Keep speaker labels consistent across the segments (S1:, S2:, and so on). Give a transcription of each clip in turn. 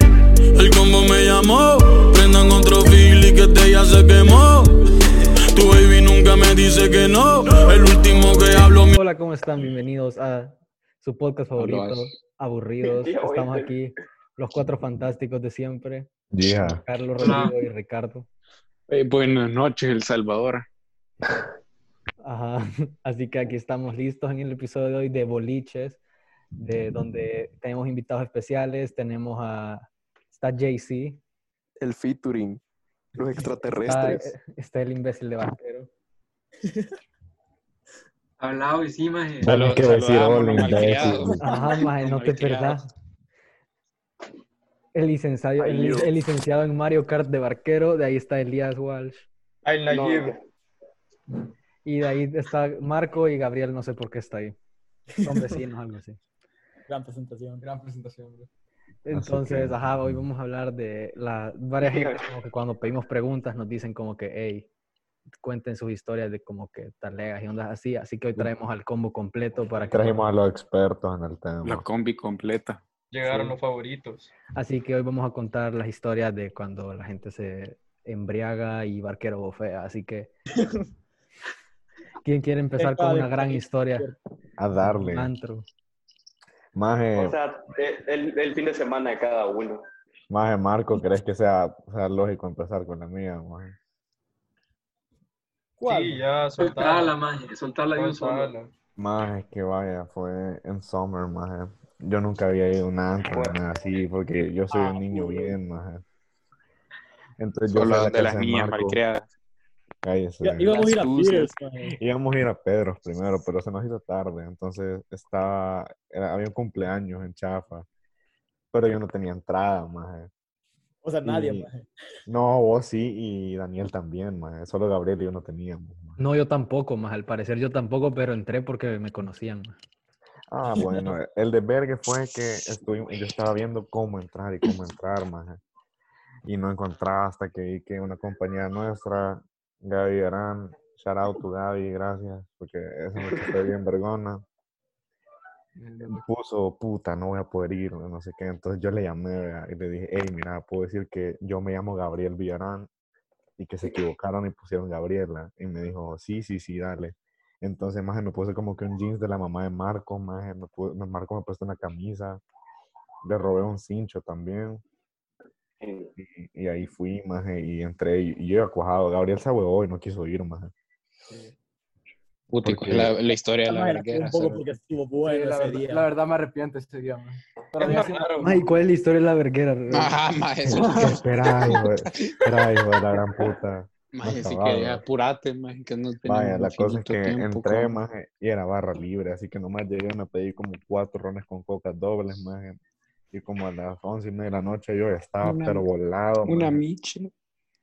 S1: El combo me llamó, prendan otro fili que este ya se quemó. Tu baby nunca me dice que no. El último que hablo mi
S2: Hola, ¿cómo están? Bienvenidos a su podcast favorito, Aburridos.
S3: Ya, güey,
S2: Estamos
S3: güey.
S2: aquí, los cuatro fantásticos de siempre,
S4: Yeah.
S2: Carlos,
S3: Hola.
S2: Rodrigo y Ricardo.
S5: Eh, buenas noches, El Salvador.
S2: Ajá. Así que aquí estamos listos en el episodio de hoy de Boliches, de donde tenemos invitados especiales, tenemos a... Está Jay-Z,
S3: El featuring.
S2: está,
S3: Los
S2: e,
S3: extraterrestres.
S2: está el imbécil de Vaquero.
S6: Hablado y sí, maje.
S4: Tenés
S5: Salud-
S4: que decir
S5: saludamos,
S4: hola,
S5: malcriados.
S4: imbécil.
S2: Ajá, maje, no te perdás. El licenciado, el,
S3: Ay, Dios.
S2: el licenciado en Mario Kart de Barquero, de ahí está Elías Walsh.
S3: No,
S2: Y de ahí está Marco y Gabriel, no sé por qué está ahí. Son vecinos, algo así.
S7: Gran presentación, gran presentación, bro.
S2: Entonces, ajá, hoy vamos a hablar de la, varias gente, como que cuando pedimos preguntas nos dicen como que, hey, cuenten sus historias de como que talegas y ondas así. Así que hoy traemos al combo completo para que...
S4: Trajimos a los expertos en el tema.
S5: La combi completa.
S2: Llegaron los
S7: favoritos.
S2: Así que hoy vamos a contar las historias de cuando la gente se embriaga y barquero bofea. Así que, ¿quién quiere empezar con
S7: Epa, de-
S2: una gran historia?
S4: A darle.
S2: Antro.
S4: Maje,
S6: Eh,
S3: O sea, el, el- el fin de semana de cada uno.
S4: maje Marco, ¿crees que sea, sea lógico empezar con la mía? maje?
S7: ¿Cuál?
S8: ya
S6: Soltala, maje. Soltala de un solo.
S4: Maje, que vaya, fue en summer, maje. Yo nunca había ido a un antro ni nada así, porque yo soy un niño bien, maje. Entonces yo fui
S5: Solo
S4: a la
S5: de las
S4: casa de
S5: niñas
S4: Marco.
S5: malcriadas.
S4: Cállese.
S7: Ya, íbamos a ir a
S5: Las
S7: Pires, mae.
S4: Íbamos a ir a Pedro primero, pero se nos hizo tarde, entonces estaba, era- había un cumpleaños en Chafa, pero yo no tenía entrada, maje.
S7: O sea, nadie,
S4: Y-
S7: mae.
S4: No, vos sí y Daniel también, maje. Solo Gabriel y yo no teníamos, maje.
S2: No, yo tampoco, más al parecer yo tampoco, pero entré porque me conocían. maje.
S4: Ah, bueno, el desvergue fue que estuvimos, yo estaba viendo cómo entrar y cómo entrar, maje. Y no encontraba hasta que vi que una compañera nuestra, Gaby Arán, shout out to Gaby, gracias, porque esa noche fue bien vergona. Puso, puta, no voy a poder ir, no sé qué. Entonces yo le llamé ¿verdad? y le dije, hey, mira, puedo decir que yo me llamo Gabriel Villarán y que se equivocaron y pusieron Gabriela. Y me dijo, sí, sí, sí, dale. Entonces, más me puse como que un jeans de la mamá de Marco, más me pu- me- Marco me puso una camisa, le robé un cincho también, y, y ahí fui, más y entré, y, y yo iba cuajado, Gabriel se huevó y no quiso ir, más
S5: Puta,
S4: Porque-
S5: la, la historia de
S7: Esta
S5: la
S7: mae la tuvo
S5: verguera.
S7: un poco
S5: solo.
S7: porque estuvo bueno ese día.
S8: verdad me arrepiento este día, man. Pero
S5: Es
S8: ya sí-
S2: Ay, ¿cuál es la historia de la verguera?
S5: Oh. Ajá, maje. eso-
S4: Espera, hijo, de- espera, hijo de la gran puta.
S5: maje, si
S4: acabado.
S5: querías apurate, maje, que no tenemos
S4: Vaya, la cosa es
S5: infinito
S4: que
S5: tiempo,
S4: entré,
S5: cabrón.
S4: más y era barra libre, así que nomás llegaron a pedir como cuatro rones con cocas dobles, más y como a las once y media de la noche yo ya estaba,
S5: Una-
S4: pero volado,
S5: Una
S4: maje.
S5: miche.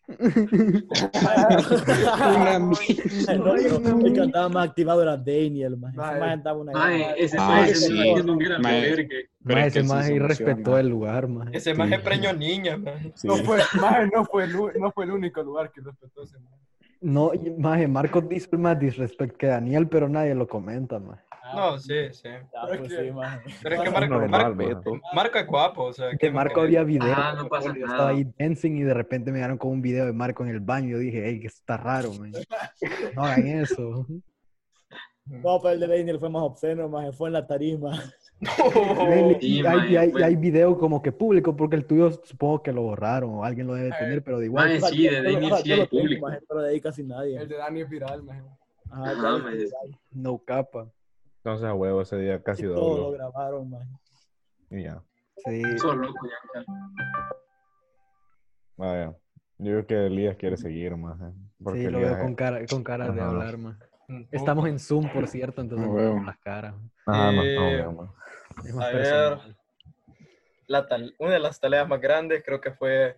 S7: Una
S5: Una miche.
S7: El que andaba más activado era Daniel, mae. Ese
S8: Mae.
S7: mae andaba una
S6: Maje, ese
S5: Ah,
S6: maje
S5: sí.
S6: se me hace un gran
S5: Maje.
S6: vergue.
S5: Pero es que
S2: ese
S5: sí
S2: más
S5: se emociona.
S2: irrespetó el lugar, más.
S9: Ese más preñó niña, man.
S4: Sí.
S8: No fue, maje, no fue, el, u- no fue el único lugar que respetó ese man.
S2: No, más Marcos dice más disrespect que Daniel, pero nadie lo comenta, más.
S9: No, sí, sí.
S7: Ya, pues sí, mae.
S9: Pero es que
S4: Es
S9: Marco, Marco,
S4: normal, maje.
S9: Marco es guapo, o sea.
S2: Que Marco había video.
S6: Ah, no pasa
S2: yo
S6: nada.
S2: estaba ahí dancing y de repente me dieron con un video de Marco en el baño. Yo dije, hey, que eso está raro, man. No hagan eso.
S7: No, pero el de Daniel fue más obsceno, mae. Fue en la tarima.
S2: Dele,
S6: Oh, sí,
S2: y
S6: mae,
S2: hay, y hay- y
S6: bueno.
S2: hay video como que público, porque el tuyo supongo que lo borraron o alguien lo debe
S8: Ay,
S2: tener, pero de igual.
S6: Maje, sí, de
S7: Yo lo-
S6: Daniel
S7: o sea,
S6: sí
S7: yo
S6: hay
S7: lo tengo,
S6: público.
S7: mae, Pero de ahí casi
S8: El
S7: nadie.
S8: de Dani es viral, maje.
S7: Ajá,
S6: Ajá,
S7: ya,
S6: mae.
S7: y
S2: No capa.
S4: Entonces, a huevo, ese día casi
S7: Todo lo
S4: doble.
S7: grabaron, mae.
S4: Y ya.
S2: Sí.
S6: Solo loco, ya.
S4: Vaya. Yo creo que Elías quiere seguir más. ¿eh?
S2: Sí, lo veo con cara, con cara de
S4: Ajá.
S2: hablar, man. Estamos en Zoom, por cierto, entonces
S5: Ah,
S2: no
S5: huevo.
S2: vemos las caras.
S4: Ah, no, no,
S9: Eh,
S4: no, no.
S2: Es más
S9: A
S2: personal.
S9: La tal- una de las tareas más grandes creo que fue,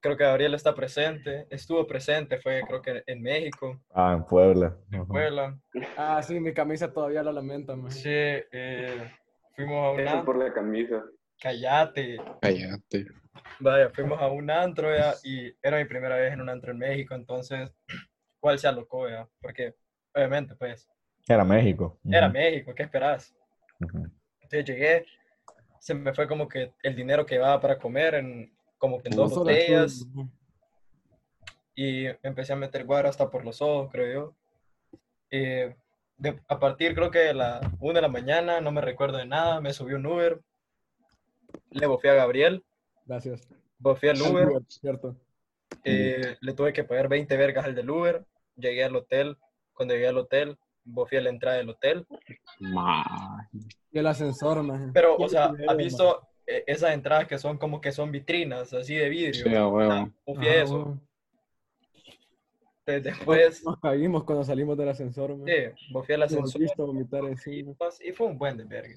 S9: creo que Gabriel está presente, estuvo presente, fue creo que en México,
S4: Ah, en Puebla. Ajá.
S9: en Puebla.
S8: Ah, sí, mi camisa todavía la lamenta, man.
S9: Sí, eh, fuimos a un
S3: Eso
S9: antro,
S3: por la camisa.
S9: callate,
S5: Cállate.
S9: vaya, fuimos a un antro ya, y era mi primera vez en un antro en México, entonces, ¿cuál se alocó ya? Porque, obviamente, pues,
S4: Era México.
S9: era
S8: Mm.
S4: Ujú,
S9: México, ¿qué esperabas?
S4: ujú.
S9: Entonces llegué, se me fue como que el dinero que va para comer en, como que en dos botellas. Y empecé a meter guaro hasta por los ojos, creo yo. Eh, de- a partir, creo que de la 1 de la mañana, no me recuerdo de nada, me subí un Uber. Le bofé a Gabriel,
S7: Gracias.
S9: bofé al Uber.
S7: Cierto.
S9: Eh, le tuve que pagar 20 vergas al del Uber. Llegué al hotel. Cuando llegué al hotel, bofé a la entrada del hotel.
S5: Ma.
S8: Y el ascensor, maje.
S9: Pero, o sea,
S7: Qué
S9: ¿has
S7: verga.
S9: visto eh, esas entradas que son como que son vitrinas, así de vidrio?
S5: Sí, a huevo.
S2: Ah,
S9: Bufié
S8: Ajá,
S9: eso.
S8: weón.
S9: Te- después,
S7: Nos caímos cuando salimos del ascensor, man.
S9: sí, bofé al
S7: Nos
S9: ascensor.
S7: visto vomitar eh,
S9: Y,
S7: encima.
S9: pas- y fue un buen desvergue.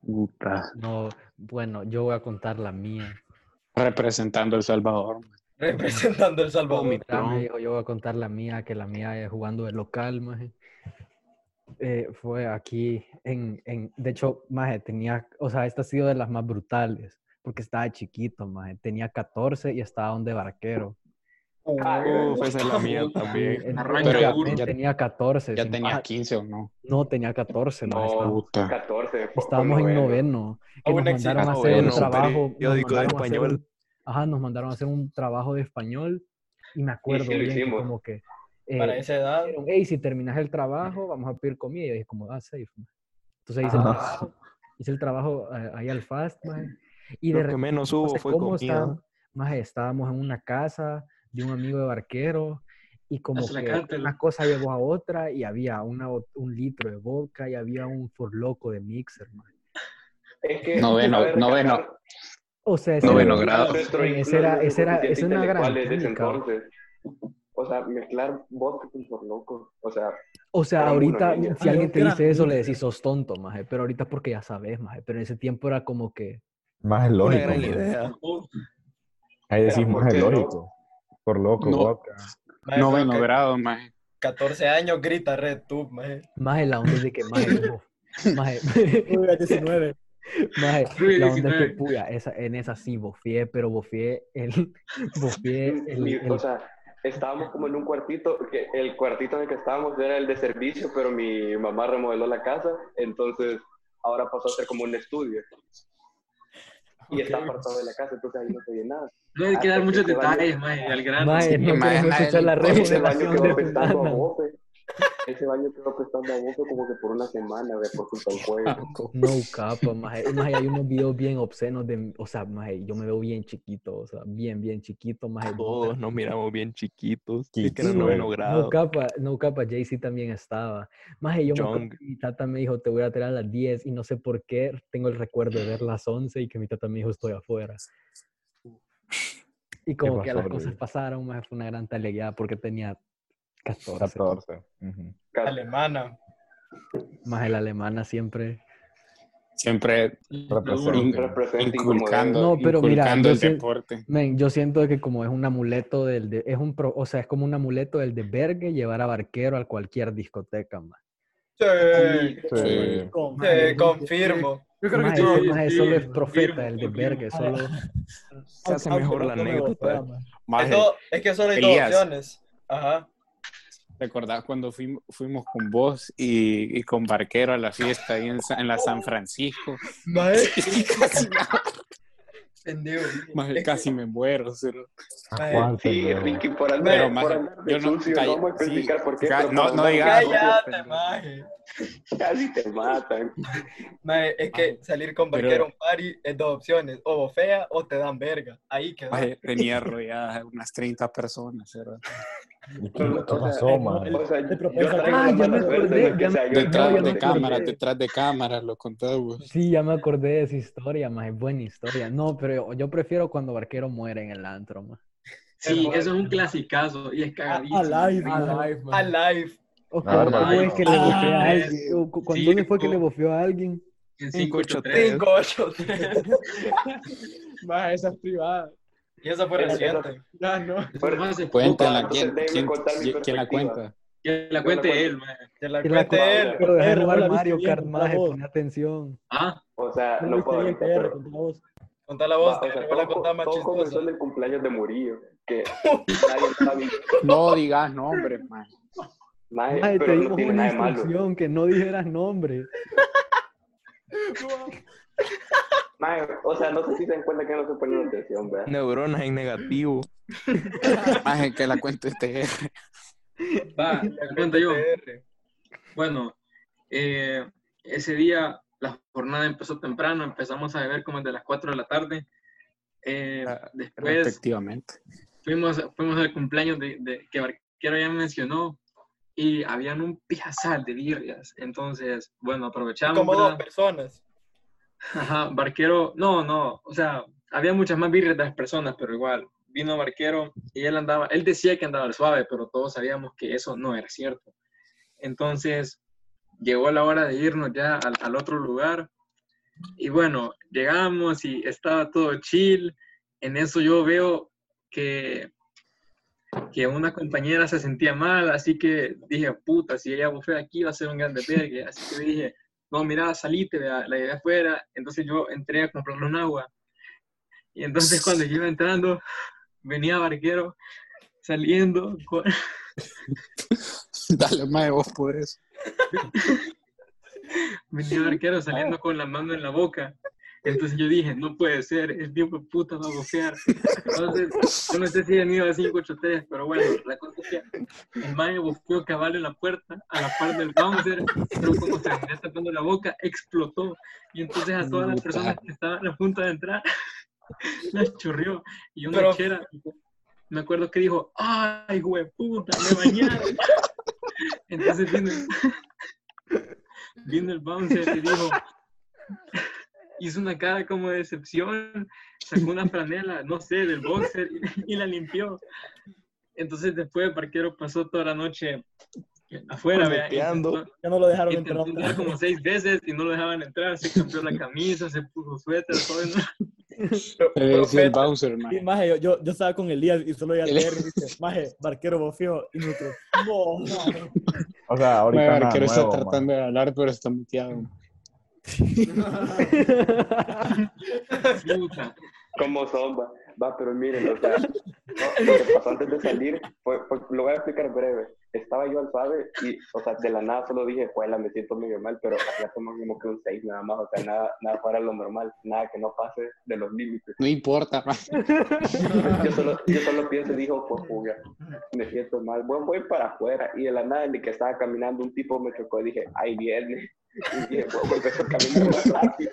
S5: Puta.
S2: No, bueno, yo voy a contar la mía.
S5: Representando El Salvador.
S9: Representando El Salvador.
S2: Ya me
S5: Perdón.
S2: dijo, yo voy a contar la mía, que la mía es jugando de local, maje. Eh, fue aquí en, en, de hecho, maje, tenía, o sea, esta ha sido de las más brutales, porque estaba chiquito, maje, tenía 14 y estaba donde barquero. Ah, Eh,
S5: Uf, esa es la mía también. Pero ya-
S2: Entonces,
S5: ya-
S2: tenía 14.
S5: Ya
S2: sin
S5: tenía
S2: más.
S5: 15 o no.
S2: No, tenía 14, maje, estaba-
S6: Ah.
S5: Puta.
S3: 14. por-
S2: Estábamos
S3: por
S2: en noveno.
S9: Ah,
S2: Que nos mandaron
S9: bueno,
S2: a
S9: excelente.
S2: hacer este un
S9: Noveno,
S2: trabajo. nos
S10: periódico de
S2: mandaron a hacer un-
S10: español.
S2: ajá, nos mandaron a hacer un trabajo de español. Y me acuerdo
S3: sí lo
S2: bien que
S3: hicimos.
S2: como que. eh,
S9: Para esa edad,
S2: dijeron, hey, si terminas el trabajo, vamos a pedir comida. Y yo dije, como, ah, safe. man". Entonces hice el
S10: Ajá.
S2: trabajo, hice el trabajo eh, ahí al fast, man. Y de
S10: Lo que
S2: repente,
S10: menos
S2: no
S10: hubo
S2: sé
S10: fue
S2: cómo
S10: comida.
S2: estábamos, maje, estábamos en una casa de un amigo de barquero y como
S6: Haz la
S2: que
S6: cárcel.
S2: una cosa llevó a otra y había una, bot- un litro de vodka y había un forloco de mixer, man.
S3: Es que,
S5: Noveno,
S3: cabe recalcar
S5: noveno.
S2: O sea, ese
S10: Noveno
S2: era-
S10: grado.
S3: nuestro
S2: Eh, ese era- ese era-
S3: incluso
S2: esa es una gran
S3: intelectuales de ese
S2: química.
S3: entonces. O sea, mezclar vodka con por loco. O sea,
S2: O sea,
S3: Era uno,
S2: ahorita,
S3: niña.
S2: si
S7: Ah,
S2: alguien
S7: yo
S2: te
S7: era
S2: dice eso, le
S7: mixer.
S2: decís, sos tonto, maje. Pero ahorita es porque ya sabes, maje. Pero en ese tiempo era como que,
S4: Más es
S10: Una
S4: lógico.
S10: gran
S4: man.
S10: idea.
S4: Ahí decís
S3: Pero,
S4: más
S3: ¿por
S4: es
S3: qué no?
S4: lógico. Por loco,
S5: No.
S4: vodka.
S9: maje,
S5: Noveno
S9: creo que
S5: grado, maje.
S9: 14 años grita Red Tube, maje.
S2: maje, la onda es de que, maje, no, maje,
S7: Uy, a 19.
S2: Maje,
S6: Luis
S2: la onda es que
S6: 19.
S2: puya, esa, en esa sí bofié, pero bofié el, bofié el,
S3: mi-
S2: el-
S3: o sea, estábamos como en un cuartito, que el cuartito en el que estábamos era el de servicio, pero mi mamá remodeló la casa, entonces ahora pasó a ser como un estudio. Y está apartado de la casa, entonces ahí no se oye nada.
S6: No hay que dar muchos detalles, maje, al grano.
S2: Maje, no queremos
S5: maje, nadie
S2: escuchar
S5: le
S2: la
S5: importa.
S3: Ese
S2: remodelación de
S3: baño quedó
S2: tu
S3: prestando a
S2: nana.
S3: bofe. Ese baño quedó prestando a bofe como que por una semana, ve, por culpa del juego.
S2: No capa, maje. Maje, hay unos videos bien obscenos de, o sea, maje, yo me veo bien chiquito, o sea, bien, bien chiquito, maje.
S10: Todos nos miramos bien chiquitos. Es que
S4: Chiquito.
S10: era noveno
S2: No
S10: grado.
S2: capa, no capa, Jay-Z también estaba. Maje, yo me acuerdo
S10: Young.
S2: que mi tata me dijo, te voy a ir a tirar a las 10 y no sé por qué, tengo el recuerdo de ver las 11 y que mi tata me dijo, estoy afuera. Y como que
S4: pasó,
S2: las cosas
S4: Luis?
S2: pasaron, maje, fue una gran alegría porque tenía 14.
S4: 14. ujú.
S9: Alemana.
S2: Maje, la alemana siempre.
S5: Siempre
S4: Representa.
S3: Representa
S5: inculcando,
S3: incomodidad.
S2: No, pero mira,
S5: inculcando
S2: yo
S5: el
S2: sé-
S5: deporte.
S2: Men, yo siento que como es un amuleto del, de- es un, pro- o sea, es como un amuleto del desvergue llevar a barquero a cualquier discoteca, maje.
S9: Sí,
S4: Eh,
S5: Sí.
S7: Con-
S9: sí, confirmo.
S8: Yo creo que
S2: Maje,
S8: todo.
S2: ese maje
S6: sí,
S2: solo es
S6: confirmo,
S2: profeta, el
S6: confirmo.
S2: desvergue, solo...
S10: Se hace
S7: Aunque
S10: mejor
S7: no
S10: la
S7: tome
S10: anécdota.
S7: gotera, man.
S9: Es,
S5: Maje,
S9: todo- es que solo hay dos
S5: Elías.
S9: opciones. Ajá.
S5: ¿te acordás cuando fuim- fuimos con vos y, y con Barquero a la fiesta ahí en, Sa- en la San Francisco?
S9: Maje,
S5: Y casi,
S9: pendejo.
S5: maje, casi me muero. cero.
S4: ¿A
S9: Maje,
S4: Ah, cuál se
S3: Sí,
S4: mueve?
S3: Ricky, por andar,
S5: Pero,
S3: por
S5: maje,
S3: andar de
S5: yo no...
S3: sucio,
S5: calla-
S3: no vamos a
S5: sí,
S3: criticar por qué.
S5: ca-
S3: pero
S5: no,
S3: por
S5: no
S3: andar
S5: digas.
S9: Cállate, maje.
S3: Casi te matan.
S9: Maje, es que salir con
S5: Pero-
S9: barquero a un party es dos opciones. O bofea o te dan verga. Ahí quedó.
S5: Maje, tenía rodeadas unas 30 personas. cero.
S4: ¿Y ¿Qué qué pasó, man?
S3: O sea,
S7: Te
S3: yo
S7: propongo sacar-
S3: tengo
S7: Ah,
S3: la
S7: ya me
S3: mala suerte de
S2: acordé,
S3: que
S2: ya
S3: sea
S2: me-
S3: yo el
S2: No, ya
S5: Detrás
S2: me
S5: de
S3: que
S2: acordé.
S5: cámara, detrás de cámara, lo contamos.
S2: Sí, ya me acordé de esa historia, más es buena historia. No, pero yo, yo prefiero cuando Barquero muere en el antro, más.
S6: Sí, eso es un clasicazo y es cagadísimo.
S7: Alive, man.
S8: Alive, man.
S9: A live.
S3: Ah,
S2: O
S4: A ver,
S2: cuando fue
S4: Barquero.
S2: que le bofeó a
S6: Ah,
S2: alguien. o cu- cuando dónde fue que le
S6: cinco.
S2: bofeó a alguien?
S6: En
S10: 583.
S6: 583.
S9: 5, 8, 3.
S8: Maje, esa es privada.
S9: Y eso fue reciente.
S8: Ya, no.
S5: Cuéntala,
S3: Entonces,
S5: ¿quién,
S3: déjeme
S5: quién-
S3: contar mi
S5: quién- quién la
S3: perspectiva.
S5: cuenta?
S6: Que la cuente él, maje.
S9: Te la
S2: Y la
S9: cuente él.
S2: Pero deja de
S7: Perro, no
S2: jugar
S7: la viste
S2: Mario
S7: bien,
S2: Kart,
S7: la
S2: maje,
S7: voz.
S2: pon atención.
S6: Ah,
S3: O sea,
S7: No
S3: no
S7: viste
S3: puedo
S7: bien
S3: ahorita,
S7: PR
S3: pero-
S7: contra vos.
S9: Contá la
S3: Va,
S9: voz,
S3: o
S9: te
S3: sea,
S9: voy a
S3: todo-
S9: contar más
S3: todo comenzó
S9: chistosa.
S3: en el cumpleaños de Murillo, que nadie sabe,
S5: No digas nombres, man.
S3: nadie-
S2: Maje, te
S3: pero no
S2: dimos
S3: tiene
S2: una
S3: nada de malo.
S2: instrucción que no dijeras nombre.
S3: Mae, o sea, no sé si se dan cuenta que no se ponen atención, ¿verdad?
S10: Neuronas en negativo.
S5: Maje, que la cuento este
S6: Va, te cuento yo. Bueno, eh, ese día la jornada empezó temprano, empezamos a beber como desde las 4 de la tarde. Eh,
S10: Ah,
S3: Pues,
S6: después
S5: respectivamente.
S6: fuimos, fuimos al cumpleaños de, de- que Barquero ya mencionó y habían un pijazal de birrias. Entonces, bueno, aprovechamos.
S9: Como dos
S6: ¿verdad?
S9: personas.
S6: Ajá, Barquero, no, no, o sea, había muchas más birrias de las personas, pero igual, vino Barquero y él andaba, él decía que andaba al suave, pero todos sabíamos que eso no era cierto. Entonces, llegó la hora de irnos ya al, al otro lugar y bueno, llegamos y estaba todo chill, en eso yo veo que, que una compañera se sentía mal, así que dije, puta, si ella bufea aquí va a ser un gran desvergue, así que dije, no, mira, salite, la, la llevé afuera. Entonces yo entré a comprarle un agua. Y entonces cuando yo iba entrando, venía Barquero saliendo con...
S5: Dale, maje, vos podés.
S6: venía Barquero saliendo con la mano en la boca. Entonces yo dije, no puede ser, el tipo de puta va a bofear. Entonces, yo no sé si han ido a 583, pero bueno, la cosa es que el man bofeó caballo en la puerta, a la par del bouncer, pero como se venía tapando la boca, explotó. Y entonces a todas las
S5: Puta.
S6: personas que estaban a punto de entrar, las churrió. Y una
S9: Pero-
S6: chera, me acuerdo que dijo, ¡ay, güey, puta, me bañaron! Entonces vino el- vino el bouncer y dijo, hizo una cara como de decepción, sacó una franela, no sé, del boxer y, y la limpió. Entonces después el parquero pasó toda la noche afuera, vea,
S10: Correteando.
S6: intentó-
S7: Ya no lo dejaron entrar.
S6: intentó entrar como seis veces y no lo dejaban entrar, se cambió la camisa, se puso suéter, todo eso.
S5: Te decía el
S9: Profeta.
S5: Bowser,
S7: Sí,
S5: maje.
S7: maje, yo, yo, yo estaba con Elías y solo iba a
S5: El-
S7: leer y dice, maje, barquero bofeo y nosotros, no, maje.
S4: O sea, ahorita
S5: Maje,
S4: nada
S5: Barquero está
S4: nuevo, maje.
S5: tratando de hablar, pero está muteado.
S6: Puta.
S3: Como zomba. Va, pero miren, o sea, no, lo que pasó antes de salir, fue, fue- lo voy a explicar breve. Estaba yo al suave y, o sea, de la nada solo dije, juela, me siento medio mal, pero ya tomamos como que un 6 nada más, o sea, nada, nada fuera de lo normal, nada que no pase de los límites.
S5: No importa, maje.
S3: Yo solo, yo solo pienso y dijo, pues fuga, me siento mal, voy, voy para afuera. Y de la nada, ni que estaba caminando, un tipo me chocó y dije, ahí viene. Y dije, pues, empezó a caminar más rápido.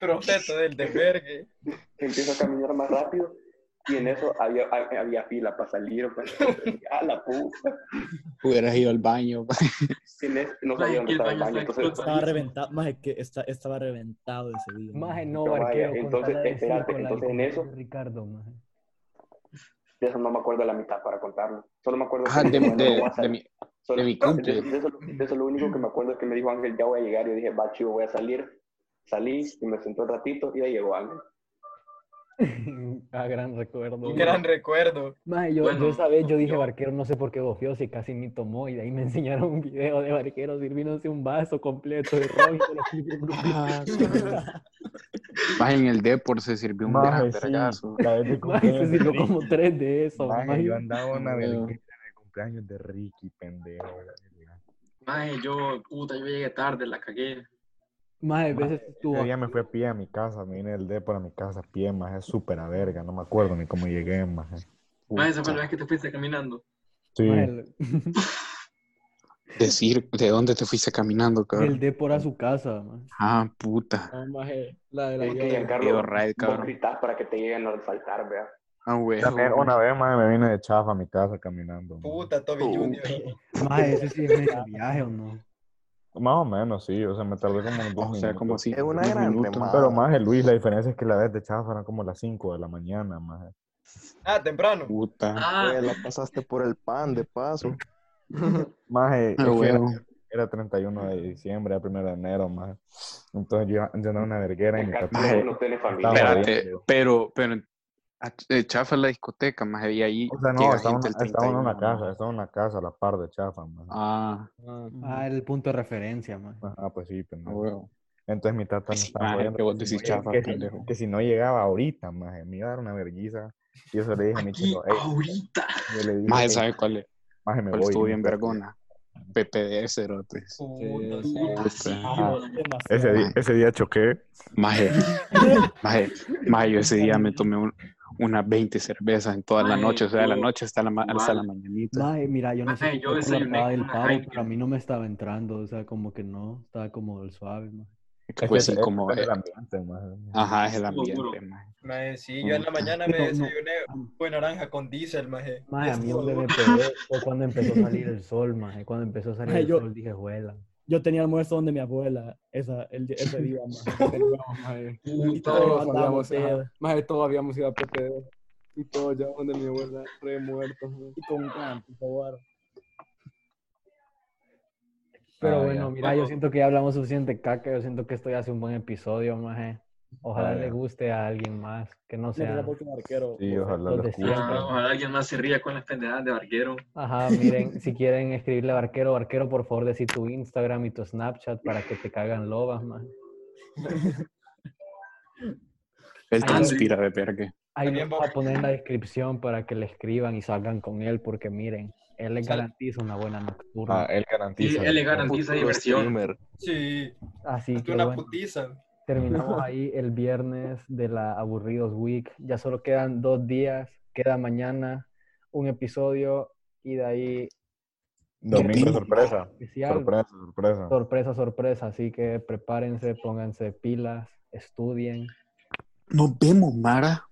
S9: Profeta del desvergue.
S3: empiezo a caminar más rápido y en eso había, ha- había fila para salir. pues. a la puta.
S5: Hubieras ido al baño, maje.
S3: En es- no
S6: Ay,
S3: sabía dónde
S6: el
S3: estaba el
S6: baño
S3: baño.
S6: está
S3: Entonces,
S7: estaba reventado, maje, que esta- estaba reventado ese día.
S2: Maje,
S7: maje.
S2: no,
S3: No, vaya,
S2: barquero. con
S3: entonces,
S2: sala de
S3: espérate,
S2: circo, la
S3: entonces, en
S2: de
S3: eso-
S2: Ricardo, maje.
S3: de eso no me acuerdo la mitad para contarlo. Solo me acuerdo
S5: Ajá,
S3: que
S5: de,
S3: me mandó
S5: de-
S3: WhatsApp.
S5: de mi-
S3: Solo-
S5: de mi cumple.
S3: de- de eso, de eso lo único que me acuerdo es que me dijo Ángel, ya voy a llegar. Y yo dije, va, chivo, voy a salir. Salí y me sentó un ratito y ahí llegó Ángel.
S2: ah, gran recuerdo.
S9: Un gran recuerdo.
S2: Maje, yo,
S6: Bueno,
S2: yo esa vez yo dije
S6: yo-
S2: barquero, no sé por qué bofió, si casi ni tomó, y de ahí me enseñaron un video de barquero sirviéndose un vaso completo de ron. y se lo sirvió.
S5: Ah, sí. Maje, en el Depor se sirvió un gran
S4: Maje, sí,
S5: vergazo.
S4: la vez
S2: Maje,
S4: de
S2: se
S4: cumpleaños de
S2: sirvió
S4: Ricky.
S2: como tres de eso.
S4: Maje,
S2: maje.
S4: yo andaba una
S5: Bueno.
S4: vergüenza en el cumpleaños de Ricky, pendejo. la verga.
S6: Mae, yo, puta, yo llegué tarde, la cagué.
S2: Maje, veces estuvo
S4: Ese día me fui a pie a mi casa, me vine del D para mi casa, a pie, maje, súper a verga, no me acuerdo ni cómo llegué, maje.
S6: Mae, Ah, esa fue la vez que te fuiste caminando.
S4: Sí,
S2: maje, el-
S5: Decir de dónde te fuiste caminando,
S2: el
S5: cabrón.
S2: de por a su casa. maje.
S5: Ah, puta.
S7: No, maje, la de la
S3: Es que
S7: llave.
S5: Pido
S3: Giancarlo,
S5: raid,
S3: vos
S5: cabrón.
S3: gritás para que te lleguen a resaltar, vea.
S5: Ah, güey.
S4: También una vez, maje, me vine de chafa a mi casa caminando. maje.
S9: Puta, Toby Junior.
S2: Maje, ese sí es medio viaje o no.
S4: Más o menos, sí, o sea, me tardé como un
S5: O sea,
S4: pues,
S5: como si.
S10: Es una
S5: un
S10: grande,
S5: minuto.
S10: maje.
S4: Pero, maje, Luis, la diferencia es que la vez de chafa eran como las 5 de la mañana, maje.
S9: Ah, temprano.
S5: Puta.
S6: Ah,
S10: Pues, la pasaste por el pan, de paso.
S4: Maje, es
S5: Ah,
S4: que era-
S5: huevo.
S4: era 31 de diciembre, era 1 de enero, maje. Entonces yo, iba- yo andaba en una verguera y mi
S3: Giancarlo
S4: tatuaje-
S3: no tiene
S4: Estaba
S3: familia.
S4: bien.
S5: Espérate, pero, pero a- eh, Chafa es la discoteca, más y ahí
S4: O sea, no,
S5: llega
S4: estaba,
S5: gente
S4: en-
S5: el
S4: estaba en
S5: 31,
S4: una
S5: ¿no?
S4: casa, estaba en una casa a la par de chafa, maje.
S5: Ah,
S2: Ah, el punto de referencia, maje.
S4: Ah, pues sí, pendejo.
S5: ah, huevo.
S4: Entonces mi tata me
S5: Sí,
S4: estaba
S5: maje,
S4: jodiendo
S5: que vos
S4: que si
S5: decís
S4: no lleg-
S5: chafa,
S4: que si-
S5: pendejo.
S4: que si no llegaba ahorita, maje, me iba a dar una verguiza. Y eso le dije a mi
S6: aquí,
S4: chico, "Ey",
S6: ahorita.
S4: yo le dije,
S5: Más
S4: "Ey,
S5: sabe cuál es,
S4: maje, me
S5: cuál
S4: voy.
S5: estuvo bien
S4: nunca fui".
S5: vergona. PPD, cerotes.
S9: Puta,
S5: Ah, Sí,
S9: sí.
S5: puta.
S4: Ah, Ese día, ese día choqué.
S5: Maje, maje, maje, yo ese día me tomé un- unas 20 cervezas en toda la
S2: Maje,
S5: noche, o sea, de la
S2: yo-
S5: noche hasta la, ma- hasta la
S2: igual.
S5: mañanita.
S2: Mae, mira, yo no sé
S5: Mae,
S2: si
S5: yo
S2: fue por la
S5: desayuné
S2: pava
S5: con
S2: del
S5: una
S2: pavo,
S5: Heineken.
S2: pero a mí no me estaba entrando, o sea, como que no, estaba como el suave, mae.
S5: Pues sí, como... Ah,
S4: es
S5: eh,
S4: el ambiente, maje.
S5: Ajá, es el
S9: Estuvo
S5: ambiente.
S9: duro.
S5: maje.
S9: Maje, sí, yo en la mañana me
S2: Pero no.
S9: desayuné jugo de naranja con diésel, maje.
S2: Mae, a mí
S9: Estuvo
S2: donde me
S9: duro.
S2: pegó fue cuando empezó a salir el sol, mae. Cuando empezó a salir
S7: Mae,
S2: el
S7: yo-
S2: sol dije, juela.
S7: Yo tenía almuerzo donde mi abuela, esa, el, ese día, maje.
S8: Y todos habíamos, ajá, más de todo habíamos ido a PPD. Y todos ya donde mi abuela, re muertos. Y con
S2: Pero
S4: Ah,
S2: bueno,
S4: ya.
S2: mira, yo siento que ya hablamos suficiente caca, yo siento que esto ya hace un buen episodio, mae. Ojalá
S4: Ah, ya.
S2: le guste a alguien más, que no sea...
S4: Sí, ojalá
S2: Los
S4: lo
S2: de
S4: escuchen.
S10: Ah,
S2: siempre.
S6: Ojalá alguien más se ría con las pendejadas de Barquero.
S2: Ajá, miren, si quieren escribirle a Barquero, Barquero, por favor, decí tu Instagram y tu Snapchat para que te cagan lobas, mae.
S5: Él
S4: Ah,
S2: Ay,
S5: transpira de verga.
S2: Ahí lo
S9: También
S2: voy
S9: vos-
S2: a poner en la descripción para que le escriban y salgan con él, porque miren, él les
S9: Sal-
S2: garantiza una buena nocturna.
S4: Ah, él
S6: Y
S4: garantiza.
S6: él le garantiza diversión.
S9: Sí,
S2: Así
S9: fue
S2: que
S9: una
S2: bueno,
S9: putiza.
S2: terminamos ahí el viernes de la Aburridos Week. Ya solo quedan dos días, queda mañana un episodio y de ahí
S4: Domingo, sorpresa.
S2: especial.
S4: Sorpresa, sorpresa.
S2: Sorpresa, sorpresa. Así que prepárense, pónganse pilas, estudien.
S5: Nos vemos, Mara.